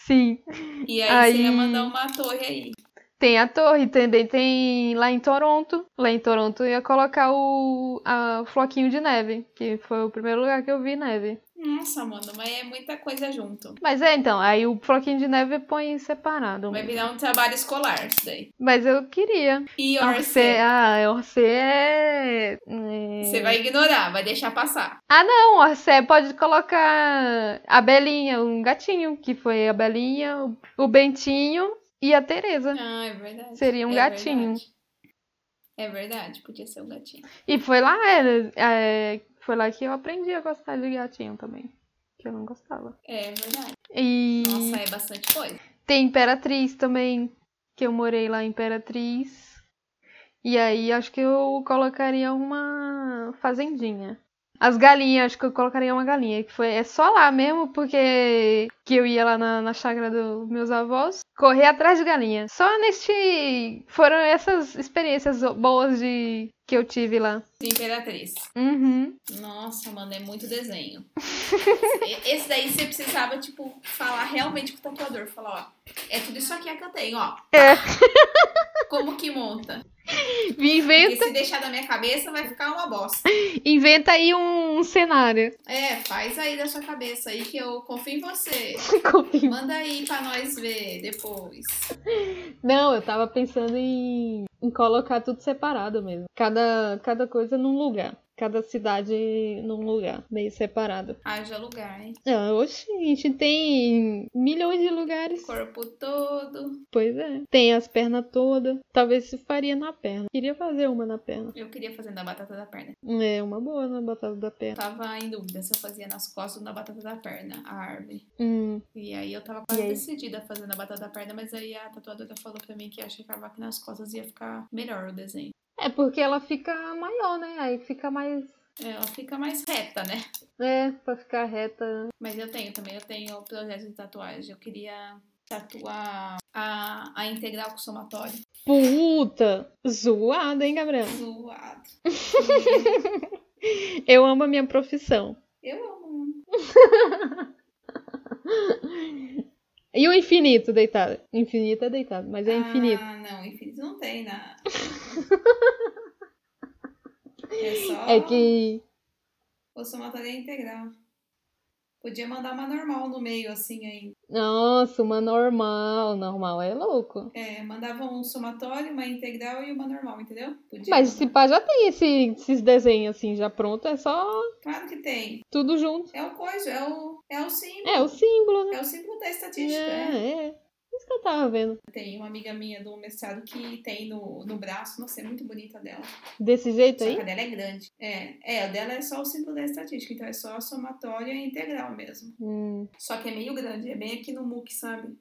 Sim.
E aí,
Aí-
você ia mandar uma torre aí.
Tem a torre, também tem lá em Toronto. Lá em Toronto eu ia colocar o, a- o floquinho de neve, que foi o primeiro lugar que eu vi neve.
Nossa, mano, mas é muita coisa junto.
Mas é, então, aí o floquinho de neve põe separado.
Vai virar um trabalho escolar isso daí.
Mas eu queria.
E
Orcê,
Orce,
ah, Orcê é... é-
você vai ignorar, vai deixar passar.
Ah, não, Orcê pode colocar a Belinha, um gatinho, que foi a Belinha, o- o Bentinho e a Tereza.
Ah, é verdade.
Seria um
É
gatinho.
verdade. É verdade, podia ser um gatinho.
E foi lá, é, é, foi lá que eu aprendi a gostar de gatinho também. Que eu não gostava.
É verdade.
E
Nossa, é bastante coisa.
tem Imperatriz também, que eu morei lá em Imperatriz. E aí acho que eu colocaria uma fazendinha. As galinhas, acho que eu colocaria uma galinha, que foi é só lá mesmo, porque que eu ia lá na, na chácara dos meus avós, correr atrás de galinha. Só neste foram essas experiências boas de que eu tive lá.
De Imperatriz.
Uhum.
Nossa, mano, é muito desenho. E- Esse daí você precisava, tipo, falar realmente com o tatuador. Falar, ó, é tudo isso aqui é que eu tenho, ó. Tá.
É.
Como que monta?
Me inventa
Porque se deixar na minha cabeça, vai ficar uma bosta.
Inventa aí um, um cenário.
É, faz aí da sua cabeça aí que eu confio em você. Manda aí pra nós ver depois.
Não, eu tava pensando em, em colocar tudo separado mesmo. Cada, cada coisa num lugar. Cada cidade num lugar, meio separado.
Haja lugar, hein?
Ah, Oxi, a gente tem milhões de lugares.
Corpo todo.
Pois é. Tem as pernas todas. Talvez se faria na perna. Queria fazer uma na perna.
Eu queria fazer na batata da perna.
É, uma boa na batata da perna.
Tava em dúvida se eu fazia nas costas ou na batata da perna, a árvore.
Hum,
E aí eu tava
E
quase
aí?
decidida a fazer na batata da perna, mas aí a tatuadora falou pra mim que achei que a vaca nas costas ia ficar melhor o desenho.
É porque ela fica maior, né? Aí fica mais.
É, Ela fica mais reta, né?
É, pra ficar reta.
Mas eu tenho também, eu tenho projeto de tatuagem. Eu queria tatuar a, a integral com somatório.
Puta! Zoada, hein, Gabriel?
Zoado.
Eu amo a minha profissão.
Eu amo.
E o infinito deitado? Infinito é deitado, mas é infinito.
Ah, não, infinito não tem né? na. É só
É que.
o somatório é integral. Podia mandar uma normal no meio, assim, ainda.
Nossa, uma normal. Normal é louco.
É, mandava um somatório, uma integral e uma normal, entendeu? Podia.
Mas se pá, já tem esse, esses desenhos assim, já pronto, é só
Claro que tem.
tudo junto.
É o coisa, é o, é o símbolo.
É o símbolo, né?
É o símbolo da estatística. é.
É, é. Isso que eu tava vendo.
Tem uma amiga minha do mestrado que tem no, no braço, nossa, é muito bonita dela.
Desse jeito
Só que
aí?
a dela é grande. É, é, a dela é só o símbolo da estatística, então é só a somatória e a integral mesmo.
Hum.
Só que é meio grande, é bem aqui no MOOC, sabe?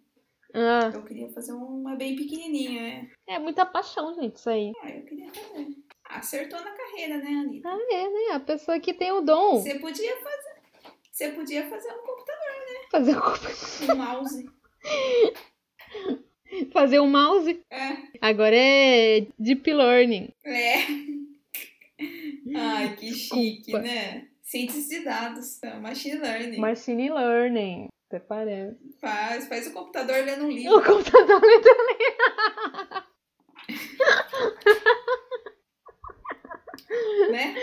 Ah,
Eu queria fazer uma bem pequenininha, é.
é muita paixão, gente, isso aí.
Ah, eu queria fazer. Acertou na carreira, né, Anitta?
Ah, é, né? A pessoa que tem o dom.
Você podia fazer. Você podia fazer um computador,
Fazer, o-
um mouse.
fazer um mouse.
É.
Agora é deep learning.
é. Ai, que chique,
Desculpa.
né? Ciência de dados, tá? machine learning.
Machine learning. Até parece.
Faz, faz o computador lendo um
O
livro.
computador literalmente.
né?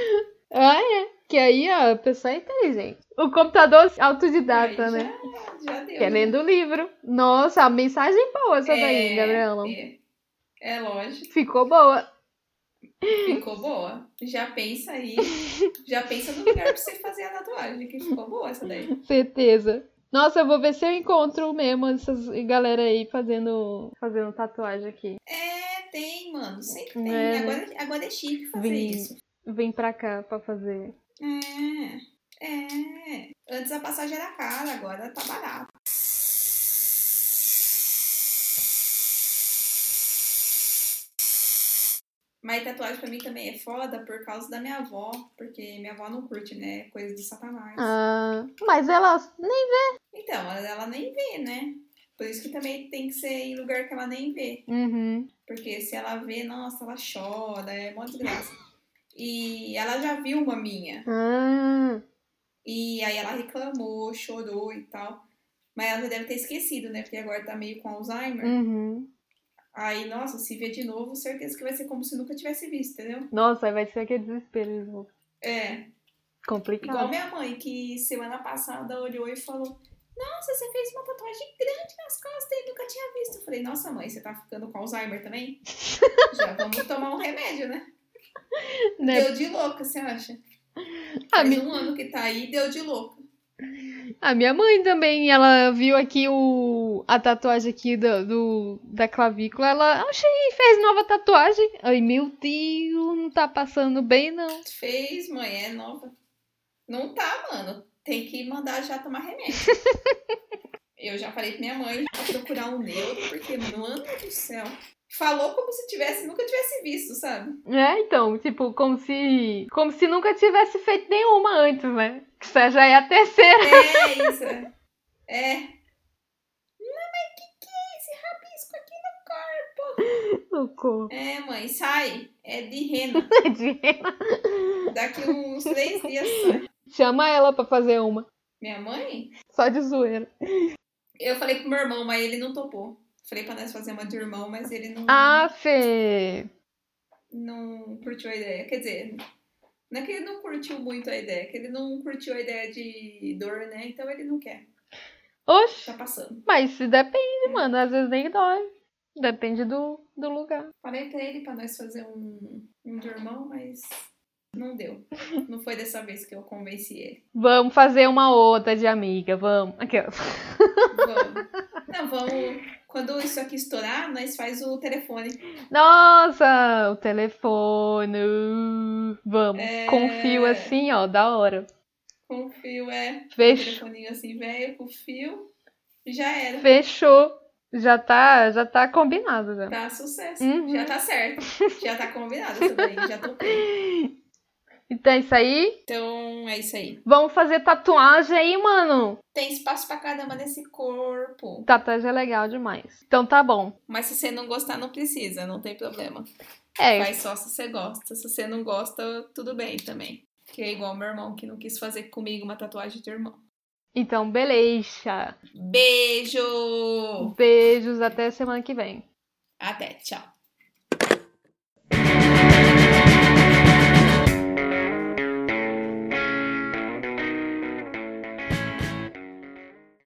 Ah, é. Que aí, ó, a pessoa é inteligente. O computador autodidata,
Aí
né?
Já, já deu. né?
Que é lendo o livro. Nossa, a mensagem boa essa daí, Gabriela.
É, é lógico,
Ficou boa.
ficou boa. Já pensa aí. Já pensa no lugar pra você fazer a tatuagem, que ficou boa essa daí.
Certeza. Nossa, eu vou ver se eu encontro mesmo essas galera aí fazendo, fazendo tatuagem aqui.
É, tem, mano. Sempre tem.
É.
Agora, agora é chique fazer
Vem.
isso.
Vem pra cá pra fazer.
É, é. Antes a passagem era cara, agora tá barato. Mas tatuagem pra mim também é foda por causa da minha avó, porque minha avó não curte, né? Coisa de satanás.
Ah, mas ela nem.
Então, ela- ela nem vê, né? Por isso que também tem que ser em lugar que ela nem vê.
Uhum.
Porque se ela vê, nossa, ela chora, é mó desgraça. E ela já viu uma minha.
Ah,
E aí ela reclamou, chorou e tal. Mas ela já deve ter esquecido, né? Porque agora tá meio com Alzheimer.
uhum.
Aí, nossa, se ver de novo, certeza que vai ser como se nunca tivesse visto, entendeu?
Nossa, aí vai ser aquele desespero.
É.
Complicado.
Igual minha mãe, que semana passada olhou e falou: Nossa, você fez uma tatuagem grande nas costas e nunca tinha visto. Eu falei: Nossa, mãe, você tá ficando com Alzheimer também? Já vamos tomar um remédio, né?
Né?
Deu de louca, você acha?
A
Faz
minha,
um ano que tá aí, deu de louca.
a minha mãe também, ela viu aqui o, a tatuagem aqui do, do- da clavícula. Ela achei, fez nova tatuagem. Ai, meu Deus, não tá passando bem, não.
Fez, mãe, é nova. Não tá, mano. Tem que mandar já tomar remédio. Eu já falei pra minha mãe pra procurar um neuro, porque, mano do céu. Falou como se tivesse, nunca tivesse visto, sabe?
É, então, tipo, como se. Como se nunca tivesse feito nenhuma antes, né? Que essa já é a terceira.
É isso. é. É. Não, mas que que é esse rabisco aqui?
Socorro.
É, mãe, sai. É de rena. Daqui uns três dias. sai.
Chama ela pra fazer uma.
Minha mãe?
Só de zoeira.
Eu falei pro meu irmão, mas ele não topou. Falei pra nós fazer uma de irmão, mas ele não.
Ah, Fê.
não curtiu a ideia. Quer dizer, não é que ele não curtiu muito a ideia, é que ele não curtiu a ideia de dor, né? Então ele não quer.
Oxe,
Tá passando.
mas se depende, mano. Às vezes nem dói. Depende do, do lugar.
Falei pra ele pra nós fazer um, um dormão, mas não deu. Não foi dessa vez que eu convenci ele.
Vamos fazer uma outra de amiga, vamos. Aquela.
Vamos. Não, vamos. Quando isso aqui estourar, nós faz o telefone.
Nossa, o telefone. uh, Vamos.
É.
Com fio assim, ó, da hora.
Com o fio, é. Um
Fechou.
telefoninho assim, velho, com fio. Já era.
Fechou. Já tá, já tá combinado já.
Tá sucesso.
Uhum.
Já tá certo. Já tá combinado isso daí. Já topei.
Então é isso aí.
Então é isso aí.
Vamos fazer tatuagem aí, mano.
Tem espaço pra caramba nesse corpo.
Tatuagem é legal demais. Então tá bom.
Mas se você não gostar, não precisa, não tem problema.
É,
Faz só se você gosta. Se você não gosta, tudo bem também. Que é igual meu irmão que não quis fazer comigo uma tatuagem de irmão.
então beleza.
Beijo!
Beijos, até semana que vem.
Até, tchau.